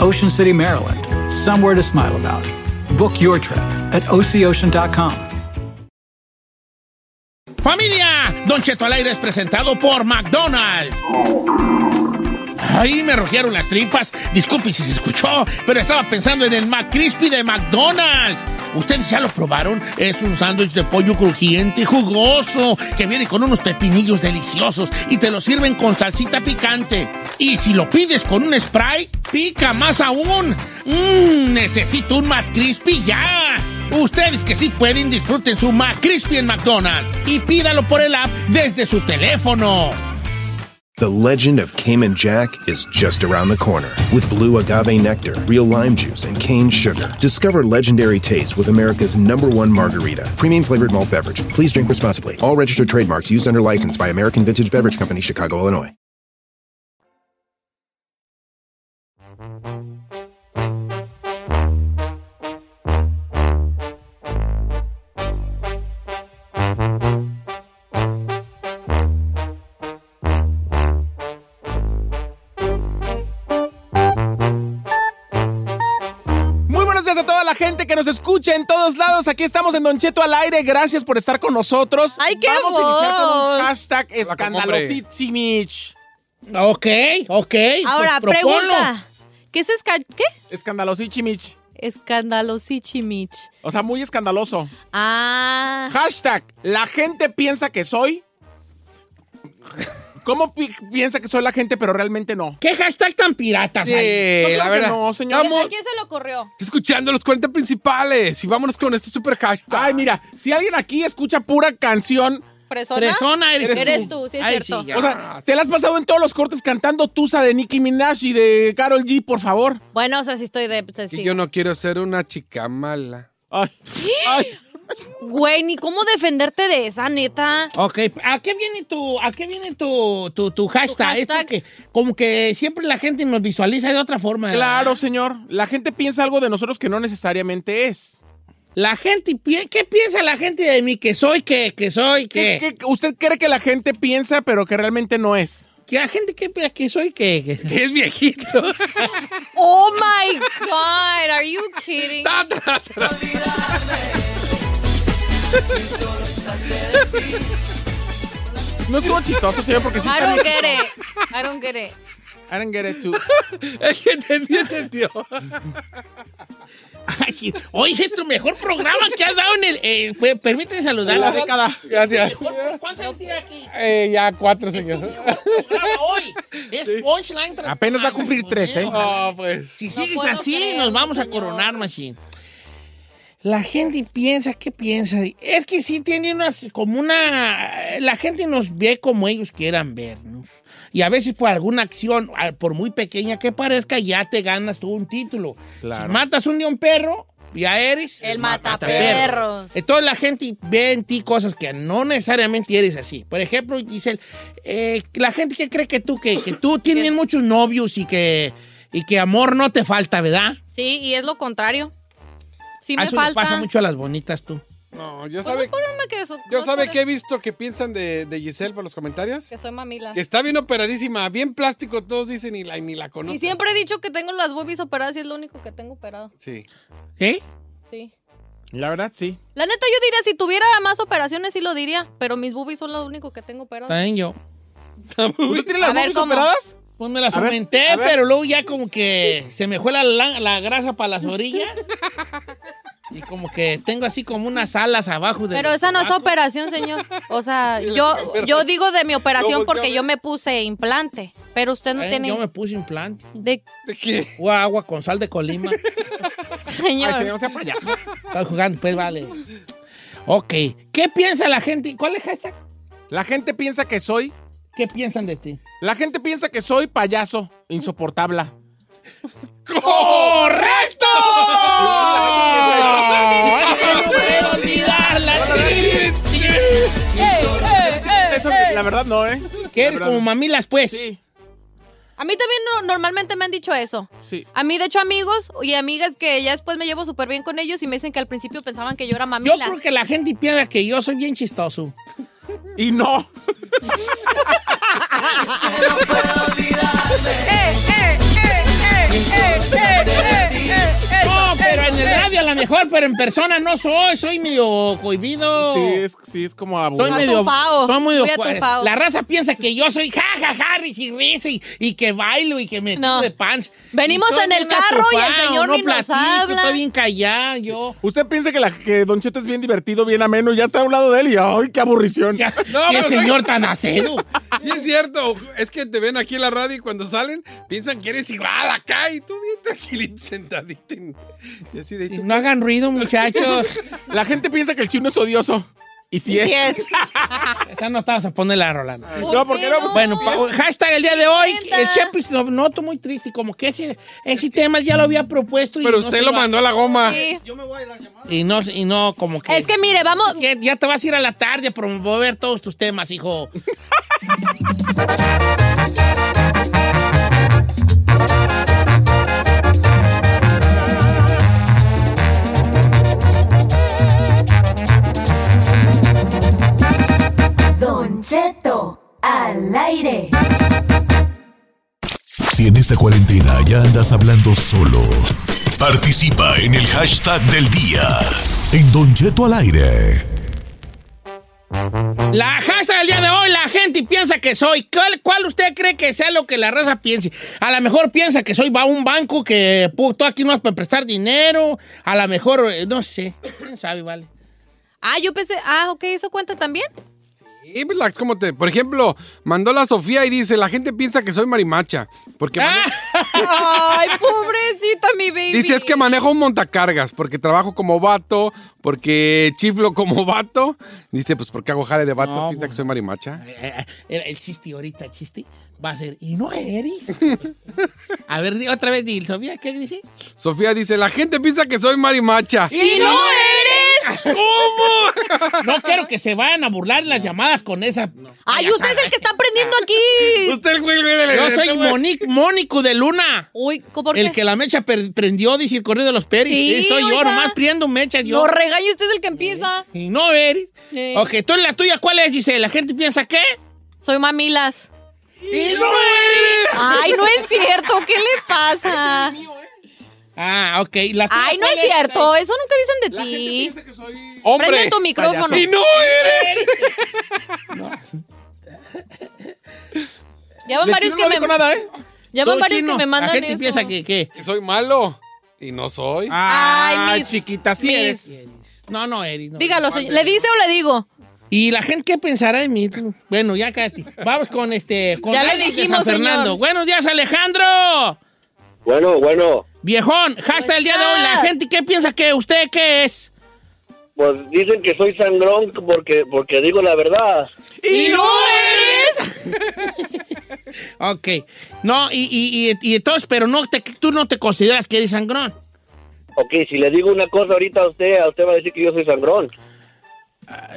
Ocean City, Maryland, somewhere to smile about. Book your trip at OCOcean.com.
¡Familia! Don Cheto al aire es presentado por McDonald's. Ay, me rugieron las tripas. Disculpen si se escuchó, pero estaba pensando en el McCrispy de McDonald's. Ustedes ya lo probaron. Es un sándwich de pollo crujiente, jugoso, que viene con unos pepinillos deliciosos y te lo sirven con salsita picante. Y si lo pides con un spray, pica más aún. Mmm, necesito un McCrispy ya. Ustedes que sí pueden, disfruten su McCrispy en McDonald's y pídalo por el app desde su teléfono.
The legend of Cayman Jack is just around the corner. With blue agave nectar, real lime juice, and cane sugar, discover legendary taste with America's number one margarita. Premium flavored malt beverage. Please drink responsibly. All registered trademarks used under license by American Vintage Beverage Company, Chicago, Illinois.
Muy buenos días a toda la gente que nos escucha en todos lados. Aquí estamos en Don Cheto al aire. Gracias por estar con nosotros.
¡Ay, qué
Vamos a iniciar con
voz!
un hashtag
como hombre.
escandalositsimich.
Ok, ok.
Ahora,
pues proponlo.
pregunta. ¿Qué es esca ¿Qué?
Escandalositsimich.
Escandalosichimich.
O sea, muy escandaloso.
Ah.
Hashtag, la gente piensa que soy. ¿Cómo pi- piensa que soy la gente, pero realmente no?
¿Qué hashtag tan piratas
Sí,
hay?
la
que
verdad.
no, señor.
Estamos
¿A quién se le ocurrió?
escuchando los 40 principales y vámonos con este super hashtag.
Ay, mira, si alguien aquí escucha pura canción,
¿Presona?
Persona eres,
Eres tú, sí es
Ay,
cierto.
sí, ya.
o sea, te la has pasado en todos los cortes cantando Tusa de Nicki Minaj y de Carol G, por favor.
Bueno, o sea, sí estoy de.
Que
sí.
yo no quiero ser una chica mala.
Ay, ay,
Güey, ni cómo defenderte de esa, neta.
Ok, ¿a qué viene tu, a qué viene tu, tu, tu hashtag? Es porque como que siempre la gente nos visualiza de otra forma.
Claro, señor. La gente piensa algo de nosotros que no necesariamente es.
La gente, pi- ¿qué piensa la gente de mí? Que soy, que, que soy, que...
¿Qué- qué- usted cree que la gente piensa, pero que realmente no es.
¿Que la gente qué piensa que soy, que, que, que es viejito?
Oh my God, are you kidding?
No estuvo chistoso, señor, porque sí
I
está
don't
bien.
get it. I don't get it.
I don't get it too.
es que entendió, entendió. Ay, hoy es tu mejor programa que has dado en el... eh, pues, permíteme saludar.
La década.
Gracias.
¿Cuántos años tiene aquí?
Eh, ya cuatro, señor.
Programa hoy. Es punchline tras
Apenas va a cumplir tres, ¿eh?
Ah, pues.
Si
No
sigues
puedo
así,
creerlo,
nos vamos a
señor.
coronar, Machine. La gente piensa, ¿qué piensa? Es que sí tiene unas, como una... La gente nos ve como ellos quieran vernos. Y a veces por alguna acción, a- por muy pequeña que parezca, ya te ganas tú un título.
Claro.
Si matas un día un perro, ya eres...
El mataperros.
Entonces la gente ve en ti cosas que no necesariamente eres así. Por ejemplo, Giselle, eh, la gente que cree que tú, que, que tú tienes muchos novios y que, y que amor no te falta, ¿verdad?
Sí, y es lo contrario. Sí
A
me
Eso le
falta.
pasa mucho a las bonitas tú.
No, yo
Pues no es
sabe,
por una que eso- no
yo
es
sabe
por-
que he visto que piensan de, de Giselle por los comentarios.
Que soy mamila.
Que está bien operadísima, bien plástico, todos dicen y la, ni la
Y
conocen.
siempre he dicho que tengo las boobies operadas y es lo único que tengo operado.
Sí.
¿Eh?
Sí.
La verdad, sí.
La neta, yo diría, si tuviera más operaciones, sí lo diría. Pero mis boobies son lo único que tengo operado.
También yo.
¿Usted tiene las
A ver,
manos
¿cómo?
operadas?
Pues me las
A ver,
aumenté,
a ver.
pero luego ya como que se me fue la, la- la grasa para las orillas. y como que tengo así como unas alas abajo de.
Pero esa no es operación, señor. O sea, yo, yo digo de mi operación porque yo me puse implante. Pero usted no
Ay,
tiene...
Eh, Yo me puse implante.
De...
¿De qué?
O agua con sal de Colima.
Señor.
Ay, señor, no sea payaso.
Estás jugando, pues vale. Ok. ¿Qué piensa la gente? ¿Cuál es hashtag?
La gente piensa que soy.
¿Qué piensan de ti?
La gente piensa que soy payaso. Insoportable.
¡Correcto!
Eso, la verdad, no, ¿eh?
¿Qué
La
eres
verdad,
como
no.
mamilas, pues?
Sí,
A mí también no- normalmente me han dicho eso.
sí.
A mí, de hecho, amigos y amigas que ya después me llevo súper bien con ellos y me dicen que al principio pensaban que yo era
Yo
mamila.
creo que la gente piensa que yo soy bien chistoso.
Y no.
No, pero en el radio a lo mejor, pero en persona no soy. Soy medio cohibido.
Sí, es, sí, es como
Soy
aburrido.
medio,
Atufao,
soy medio
muy
cua-
atufao.
La raza piensa que yo soy jajaja, ja, ja, risa y risa y, y que bailo y que me
No.
tiro de pants.
Venimos
Y soy
en el
bien
carro y el
atufao,
señor
no
ni nos
platico,
habla.
Estoy bien callado yo.
Usted piensa que, la, que Don Cheto es bien divertido, bien ameno, y ya está a un lado de él y ¡ay, qué aburrición!
Ya,
No,
qué
pero-
señor tan acedo.
Sí, es cierto. Es que te ven aquí en la radio y cuando salen piensan que eres igual acá y tú bien tranquilito, sentadito. y- Y así de.
No hagan ruido, muchachos.
La gente piensa que el chino es odioso. Y si es.
Esa no estabas a ponerla, Rolando.
No, porque no, pues,
Bueno, pa- hashtag el día de hoy,
Cuenta.
el Chepis lo noto muy triste, como que ese, ese tema ya lo había propuesto y
Pero
no
usted
se
lo
iba-
mandó a la goma.
Sí.
Y no, y no como que...
Es que mire, vamos.
Es que ya te vas a ir a la tarde a promover todos tus temas, hijo.
Don Cheto al aire.
Si en esta cuarentena ya andas hablando solo, participa en el hashtag del día. En Don Cheto al aire.
La hashtag del día de hoy, la gente piensa que soy. ¿Cuál, cuál usted cree que sea lo que la raza piense? A lo mejor piensa que soy va un banco que puto aquí no vas para prestar dinero. A lo mejor, eh, no sé. ¿Quién sabe, vale?
Ah, yo pensé. Ah, ok, eso cuenta también.
Y pues, las- ¿cómo te? Por ejemplo, mandó la Sofía y dice: La gente piensa que soy marimacha. Porque mane-
Ay, pobrecita, mi baby.
dice: Es que manejo un montacargas. Porque trabajo como vato. Porque chiflo como vato. Dice: Pues, ¿por qué hago jale de vato?
No,
piensa
pues.
que soy marimacha.
Eh, eh, eh, el chiste ahorita, el chiste va a ser, ¿y no eres? a ver, di- otra vez, di, Sofía, ¿qué dice?
Sofía dice: La gente piensa que soy marimacha.
¡Y no eres! ¿Cómo? No quiero que se vayan a burlar las llamadas con esa.
Ay, usted es el que está aprendiendo aquí.
Usted es el güey de
Yo soy Monique, Mónico de Luna.
Uy, ¿por qué?
El que la mecha per- prendió, dice el corrido de los peris.
Sí,
Sí, soy yo,
oiga.
nomás priendo mecha yo.
No regaña, usted es el que empieza.
Y no eres.
Sí.
Ok, tú la tuya, ¿cuál es, Giselle? ¿La gente piensa qué?
Soy mamilas.
¡Y no eres!
Ay, no es cierto. ¿Qué le pasa?
Ah, ok. ¿La tuya
Ay, no
cuál
es cierto. Eso nunca dicen de ti.
Hombre.
Prende tu micrófono.
Payaso.
Y no
eres.
Ya van
El
varios
chino
que
no
me.
dijo nada, ¿eh?
Ya van varios que me mandan. eso.
qué?
Soy malo. Y no soy.
Ah,
Ay, mis-
chiquita,
sí mis- eres.
No, no, Eri. no.
Dígalo, señor. ¿Le dice o le digo?
¿Y la gente qué pensará de mí? Bueno, ya cállate. Vamos con este. Con
Ya le
Alex de
dijimos,
San Fernando.
señor.
Buenos días, Alejandro.
Bueno, bueno,
Viejón, hashtag el día de hoy. La gente, ¿qué piensa que usted qué es?
pues dicen que soy sangrón porque porque digo la verdad.
¡Y no eres! ok. No, y, y, y- y entonces, pero no te, tú no te consideras que eres sangrón.
Ok, si le digo una cosa ahorita a usted, a usted va a decir que yo soy sangrón.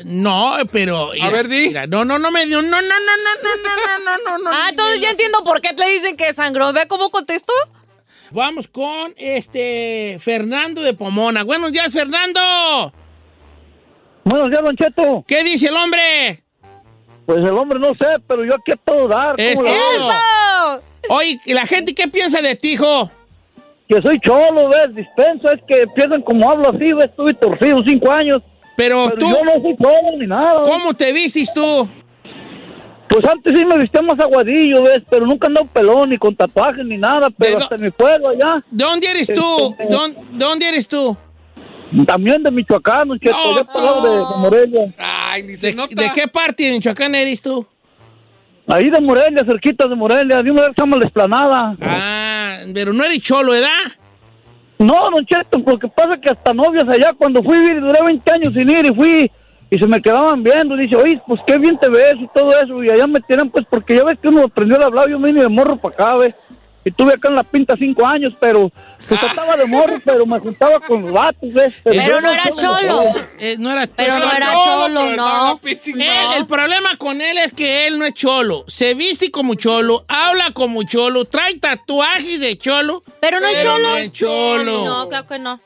No, pero. a ver, di. no, no, no me dio. No, no, no, no, no, no, no, no, no, no.
Ah, entonces ya entiendo por qué le dicen que sangró. Vea cómo contesto.
Vamos con este Fernando de Pomona. Buenos días, Fernando.
Buenos días, Don Cheto.
¿Qué dice el hombre?
Pues el hombre no sé, pero yo aquí a todo dar. ¿cómo
Es
la veo?
todo. Oye, ¿y la gente qué piensa de ti, hijo?
Que soy cholo, ¿ves? Dispenso, es que piensan como hablo así, ¿ves? Estuve torcido cinco años.
Pero,
tú... yo no soy cholo ni nada.
¿Cómo te vistes tú?
Pues antes sí me vistía más aguadillo, ¿ves? Pero nunca ando pelón, ni con tatuajes, ni nada. Pero hasta en mi pueblo allá.
¿De dónde eres tú?
Este-
¿Dón- ¿De dónde eres tú?
También de Michoacán, Don Cheto. yo pegado de, de Morelia.
Ah,
Ay, ni
¿De, de qué parte de Michoacán eres tú?
Ahí de Morelia, cerquita de Morelia. De una vez estamos en la esplanada.
Ah, pero no eres cholo, ¿verdad?
No, Don Cheto, lo que pasa es que hasta novias allá, cuando fui, vi- duré 20 años sin ir y fui, y se me quedaban viendo, dice, oye, pues qué bien te ves y todo eso, y allá me tiran, pues, porque ya ves que uno aprendió a hablar, yo me vine de morro para acá, ¿ves? Y tuve acá en la pinta cinco años, pero
Ah.
pues trataba de morro, pero me juntaba con los vatos, ¿ves? yo soy cholo.
Eh, no era
Oh. Pero no era cholo,
pero
no.
estaba pitching. Él- el problema con él es que él no es cholo. Se viste como cholo, habla como cholo, trae tatuajes de cholo.
Pero no es cholo.
no es cholo.
No, claro que no.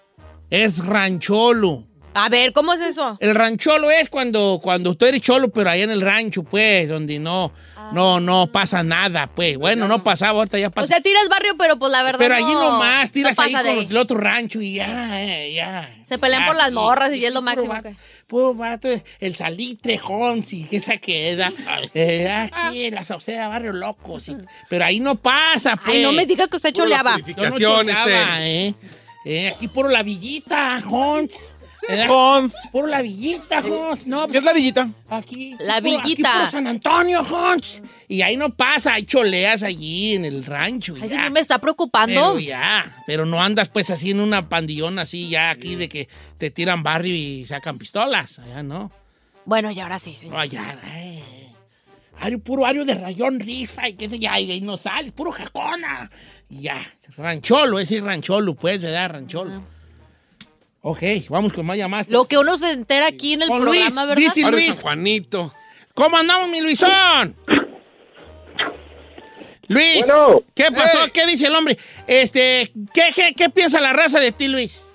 Es rancholo.
A ver, ¿cómo es eso?
El rancholo es cuando, cuando tú eres cholo, pero allá en el rancho, pues, donde no, no, no pasa nada, pues. Bueno, no pasaba, ahorita ya
Ah. O
pasa.
sea, tiras barrio, pero pues la verdad
pero
no,
allí nomás,
no
tiras ahí
pasa
con
de
el otro rancho y ya, eh, ya.
Se pelean por
Ah,
las
sí.
morras y es lo
Puro
máximo.
vato, puro vato, el salitre, Honsi, que esa queda. Eh,
Ah.
aquí en la Sauceda, barrio loco. sí. Pero ahí no pasa, pues.
Ay, no me diga que usted
Puro
choleaba.
la purificación, Yo
Yo
no
no
choleaba, eh. Eh, aquí puro la villita, Hons.
Hons.
Puro la villita, Hons. No,
¿Qué es la villita?
Aquí.
La
aquí por-
villita.
Aquí por San Antonio, Hons. Y ahí no pasa, hay choleas allí en el rancho. y
Ay,
ya.
señor, me está preocupando.
Pero ya, pero no andas pues así en una pandillón así ya aquí de que te tiran barrio y sacan pistolas. Allá no.
Bueno, y ahora sí, señor.
No, allá. eh. Ario, puro ario de rayón rifa y qué sé yo, y ahí no sales, puro jacona. Y ya, rancholo, ese es rancholo, pues, ¿verdad? Rancholo. Ok, vamos con más llamadas.
Lo que uno se entera aquí en el
Con Luis,
programa, ¿verdad?
dice Luis. Juanito. ¿Cómo andamos, mi Luisón? Luis, ¿qué pasó? ¿Qué dice el hombre? Este, ¿qué, qué, qué piensa la raza de ti, Luis?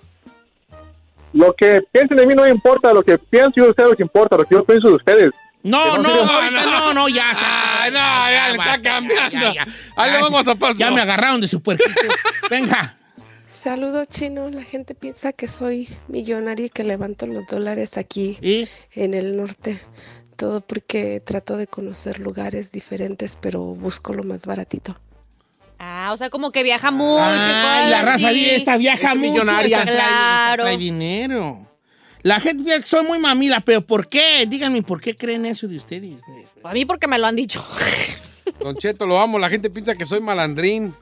Lo que piensen de mí no importa, lo que pienso yo de ustedes es lo que importa, lo que yo pienso de ustedes.
No,
Que
no,
sirven.
ahorita no, no, ya. Ah, no, ya, le está cambiando. Ahí le vamos a pasar. Ya me agarraron de su puerquito. Venga.
Saludos chino, la gente piensa que soy millonaria y que levanto los dólares aquí en el norte. Todo porque trato de conocer lugares diferentes, pero busco lo más baratito.
Ah, o sea, como que viaja mucho.
Ah,
cosas
la raza
así.
de esta viaja mucho. esta trae-
Claro.
Trae dinero. La gente piensa que soy muy mamila, pero ¿por qué? Díganme, ¿por qué creen eso de ustedes?
A mí porque me lo han dicho.
Don Cheto, lo amo. La gente piensa que soy malandrín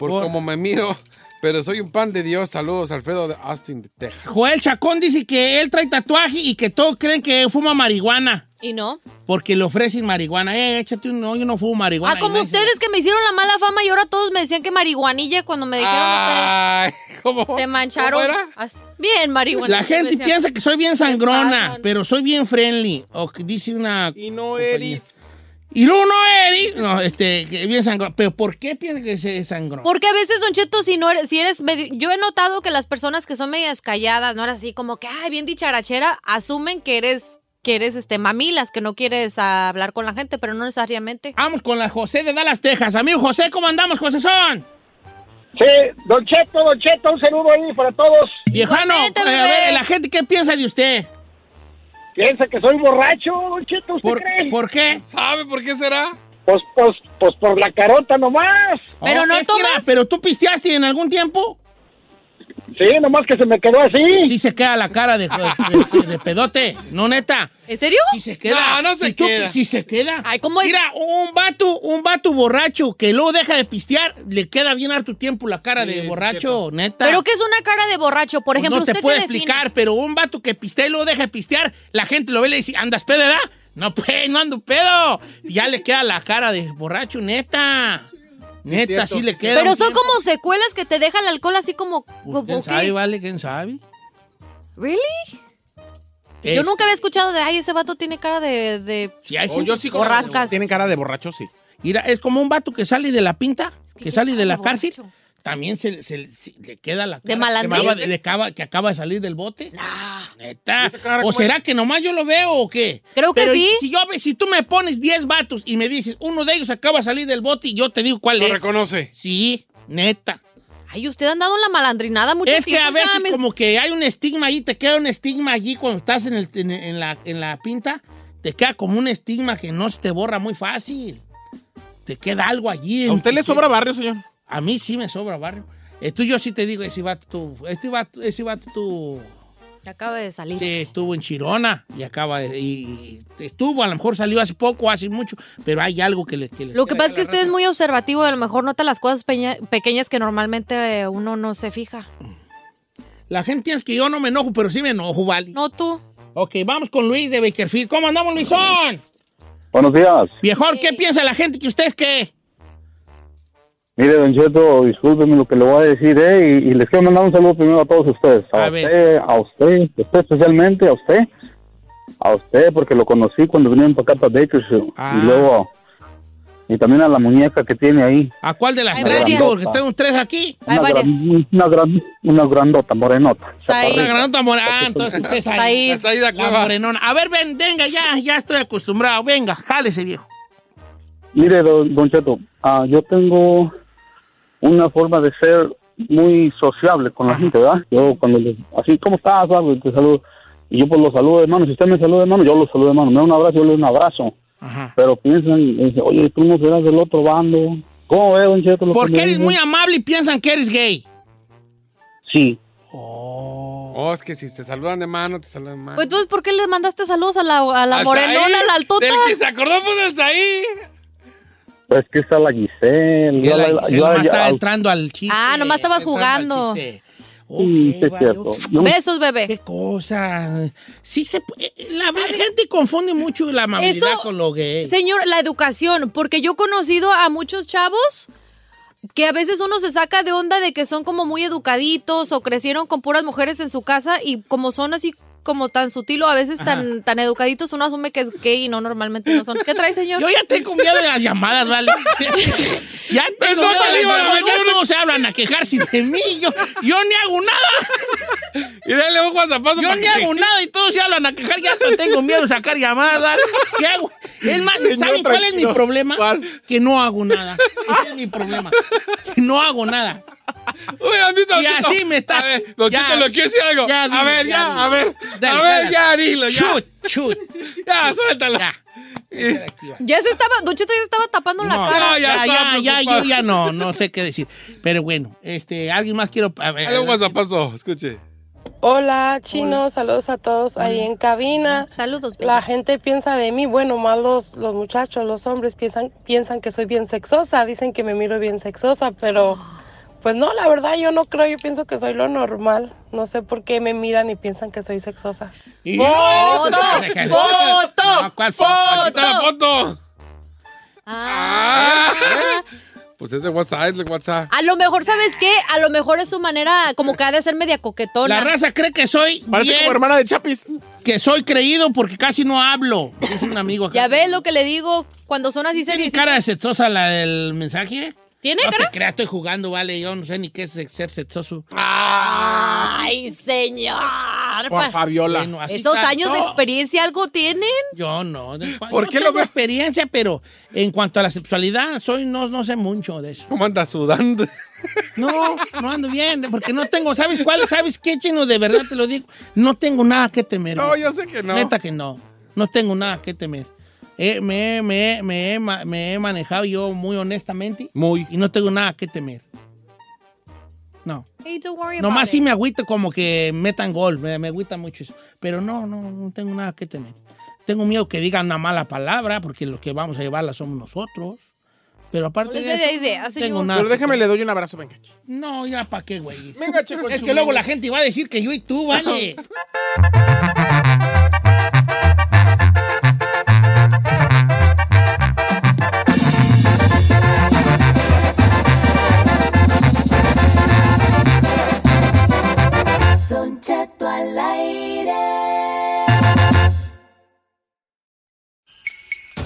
por, cómo me miro, pero soy un pan de Dios. Saludos, Alfredo de Austin, de Texas.
Joel Chacón dice que él trae tatuaje y que todos creen que fuma marihuana.
¿Y no?
Porque le ofrecen marihuana. Eh, échate un... No, yo no fumo marihuana.
ah, como
Y no,
ustedes que me hicieron la mala fama y ahora todos me decían que marihuanilla cuando me dijeron
Ay, Ah, ¿cómo?
ustedes. Se mancharon.
¿cómo era?
As- Bien, marihuana.
La gente
decían.
piensa que soy bien sangrona,
pasan.
pero soy bien friendly. O que dice una.
Y no
eres. Y no, no eres. No, este, que bien sangrona. Pero ¿por qué piensa que es sangrón?
Porque a veces, Don Cheto, si no eres, si eres medio- yo he notado que las personas que son medias calladas, no eres así como que, ay, bien dicharachera, asumen que eres, que eres este mamilas, que no quieres ah, hablar con la gente, pero no necesariamente.
Vamos con la José de Dallas, Texas. Amigo José, ¿cómo andamos, José Son?
Sí, Don Cheto, Don Cheto, un saludo ahí para todos.
Viejano, eh, a ver, la gente, ¿qué piensa de usted?
Piensa que soy borracho, Don Cheto, ¿usted
¿Por,
cree?
¿Por qué?
¿Sabe por qué será?
Pues, pues, pues por la carota nomás.
Oh, es que era- ¿Pero tú pisteaste en algún tiempo?
Sí, nomás que se me quedó así.
Sí se queda la cara de, de- de- de pedote. No, neta.
¿En serio?
Sí se queda.
No, no se
Si tú-
queda.
sí se queda.
Ay, ¿cómo es?
Mira, un vato, un vato borracho que luego deja de pistear, le queda bien harto tiempo la cara de borracho, neta.
Pero que es una cara de borracho, por
Pues
ejemplo,
no te
usted
puedo
qué define?
explicar, pero un vato que pistea y luego deja de pistear, la gente lo ve y le dice, ¿andas pedo, verdad? No, pues, no ando pedo. Y ya le queda la cara de borracho, neta. Neta, sí, le queda.
Pero
un
son
tiempo.
como secuelas que te deja el alcohol así como.
Pues, ¿Quién
como que-
sabe, vale? ¿Quién sabe?
¿Really? Yo
Es-
nunca había escuchado de, ay, ese vato tiene cara de. de...
Este. Sí, hay
O
gente
yo sí conozco que
borrascas.
Tienen cara de borracho, sí.
Mira, es como un vato que sale de la pinta, que, sale de la cárcel, también se, se- se- le queda la cara. que
malandrín?
acaba de- de acaba- que acaba de salir del bote. Neta.
cara
¿O
cómo
será
es?
que nomás yo lo veo o qué?
Creo que
Pero
sí.
Si, yo, si tú me pones 10 vatos y me dices, uno de ellos acaba de salir del bote y yo te digo cuál
Lo
es.
reconoce.
Sí, neta.
Ay, usted ha andado en la malandrinada mucho
es que
tiempo,
a veces
ya me-
como que hay un estigma ahí, te queda un estigma allí cuando estás en, el, en, en la, en la pinta, te queda como un estigma que no se te borra muy fácil. Te queda algo allí.
¿A usted le sobra barrio, señor?
A mí sí me sobra barrio. Esto yo sí te digo, ese vato, tú- este vato, ese vato tú,
Acaba de salir.
sí, estuvo en Chirona y acaba de, y, y estuvo, a lo mejor salió hace poco, hace mucho, pero hay algo que le... Que le
Lo que
queda ahí a
pasa es que
la
usted es
raza.
muy observativo y a lo mejor nota las cosas peña- pequeñas que normalmente eh, uno no se fija.
La gente piensa que yo no me enojo, pero sí me enojo, ¿vale?
No tú.
Ok, vamos con Luis de Bakerfield. ¿Cómo andamos, Luisón?
Buenos días.
Viejón, ¿qué piensa la gente que usted es qué?
Mire, Don Cheto, discúlpeme lo que le voy a decir, ¿eh? Y, y les quiero mandar un saludo primero a todos ustedes. A, usted, a usted, a usted especialmente, a usted. A usted, porque lo conocí cuando vinieron para acá, para Bakersfield.
Ah.
Y luego, y también a la muñeca que tiene ahí.
¿A cuál de las
Hay
tres?
varias.
Digo, porque tengo tres aquí.
una, gran- una, gran- una grandota, morenota.
La granota mora- Ah, entonces usted es ahí.
Said. La Saida
La
Cueva.
morenona. A ver, ven, venga, ya, ya estoy acostumbrado. Venga, jálese, viejo.
Mire, don, don Cheto, ah, yo tengo una forma de ser muy sociable con la gente, ¿verdad? Yo cuando les, así, ¿cómo estás? algo, y te saludo. Y yo pues los saludo de mano. Si usted me saluda de mano, yo los saludo de mano. Me da un abrazo, yo le doy un abrazo. Pero piensan, y dicen, oye, tú no serás del otro bando. ¿Cómo es, don Cheto? lo que
Porque
le
eres
digo?
muy amable y piensan que eres gay.
Sí.
Oh, es que si te saludan de mano, te saludan de mano.
Pues entonces, ¿por qué le mandaste saludos a la, a la
Al
morenona,
Saí,
a la altota?
Del que se acordó fue del Saí.
Pues que está la Giselle.
Mira,
yo
la
yo
Giselle nomás
yo-
estaba
al-
entrando al chiste.
Ah, nomás estabas
Entrando al
jugando.
chiste.
Sí, sí, es cierto. Yo-
Besos, bebé.
Qué cosa. Sí se pu- eh, La gente confunde mucho la amabilidad
Eso-
con lo gay.
Señor, la educación, porque yo he conocido a muchos chavos que a veces uno se saca de onda de que son como muy educaditos o crecieron con puras mujeres en su casa y como son así como tan sutil o a veces tan, tan educaditos, uno asume que es gay y no normalmente no son. ¿Qué trae, señor?
Yo ya tengo miedo de las llamadas, ¿vale? ya
Pues
tengo
no
miedo de las
salimos,
llamadas. Ya todos se hablan a quejarse de mí. Yo, yo ni hago nada.
Y dale un guazapazo
Yo
para
ni
que te-
hago nada y todos se hablan a quejar. Ya hasta tengo miedo de sacar llamadas. ¿Qué hago? Es más,
Señor,
¿saben cuál es mi
tranquilo.
problema? Que no hago nada. Ese es mi problema. Que no hago nada.
Hubieran visto a
Y
Don Cheto.
así me está.
A ver, Don
Ya.
Cheto, le quiero decir algo.
Ya,
a
dilo,
ver,
ya,
ya,
dilo.
a ver.
Dale,
a ver,
dale.
ya, dilo, ya.
Chut, chut.
Ya, suéltalo.
Ya se estaba, Don Cheto ya se estaba tapando la
No, ya,
cara.
ya, ya,
preocupado.
yo ya no, no sé qué decir. Pero bueno, este, alguien más quiero. a ver,
Dale un guazapazo, escuche.
Hola, chino, saludos a todos ahí en cabina.
Saludos.
La gente piensa de mí, bueno, más los, los muchachos, los hombres piensan piensan que soy bien sexosa, dicen que me miro bien sexosa, pero Pues no, la verdad yo no creo, yo pienso que soy lo normal. No sé por qué me miran y piensan que soy sexosa.
Y-
¡Foto!
¡Foto! No, ¿cuál foto?
¡Foto!
Aquí está la foto. Ah.
Ah, Pues es de WhatsApp, es de WhatsApp.
A lo mejor, ¿sabes qué? A lo mejor es su manera como que ha de ser media coquetona.
La raza cree que soy.
Parece como
hermana de Chapis. Que soy creído porque casi no hablo. Es un amigo acá.
Ya ves lo que le digo cuando son así
¿Tiene
serias.
cara de sexosa la del mensaje?
¿Tiene
no
cara?
te creas, estoy jugando, vale. Yo no sé ni qué es ser sexoso.
Ay, señor.
Por Fabiola. Bueno, así
Esos
cantó.
años de experiencia algo tienen.
Yo no. ¿Por qué lo experiencia, pero en cuanto a la sexualidad, soy no, no sé mucho de eso.
¿Cómo anda sudando?
No, no ando bien, porque no tengo, ¿sabes cuál? ¿Sabes qué, chino? De verdad te lo digo. No tengo nada que temer.
No,
güey.
yo sé que no.
Neta que no. No tengo nada que temer. Eh, me, me- me he ma- me he manejado yo muy honestamente. Muy. Y no tengo nada que temer.
Hey, don't worry about
Nomás
it.
sí me agüita como que metan gol, me, me agüita mucho eso. Pero no, no, no tengo nada que temer. Tengo miedo que digan una mala palabra, porque los que vamos a llevarla somos nosotros. Pero aparte
No
de
les dé
eso,
idea,
no
señor.
tengo nada.
Pero déjame, le doy un abrazo, venga.
No, ya para qué, güey.
Venga, chico,
Es que
chulo.
luego la gente va a decir que yo y tú, vale.
Don Cheto al aire.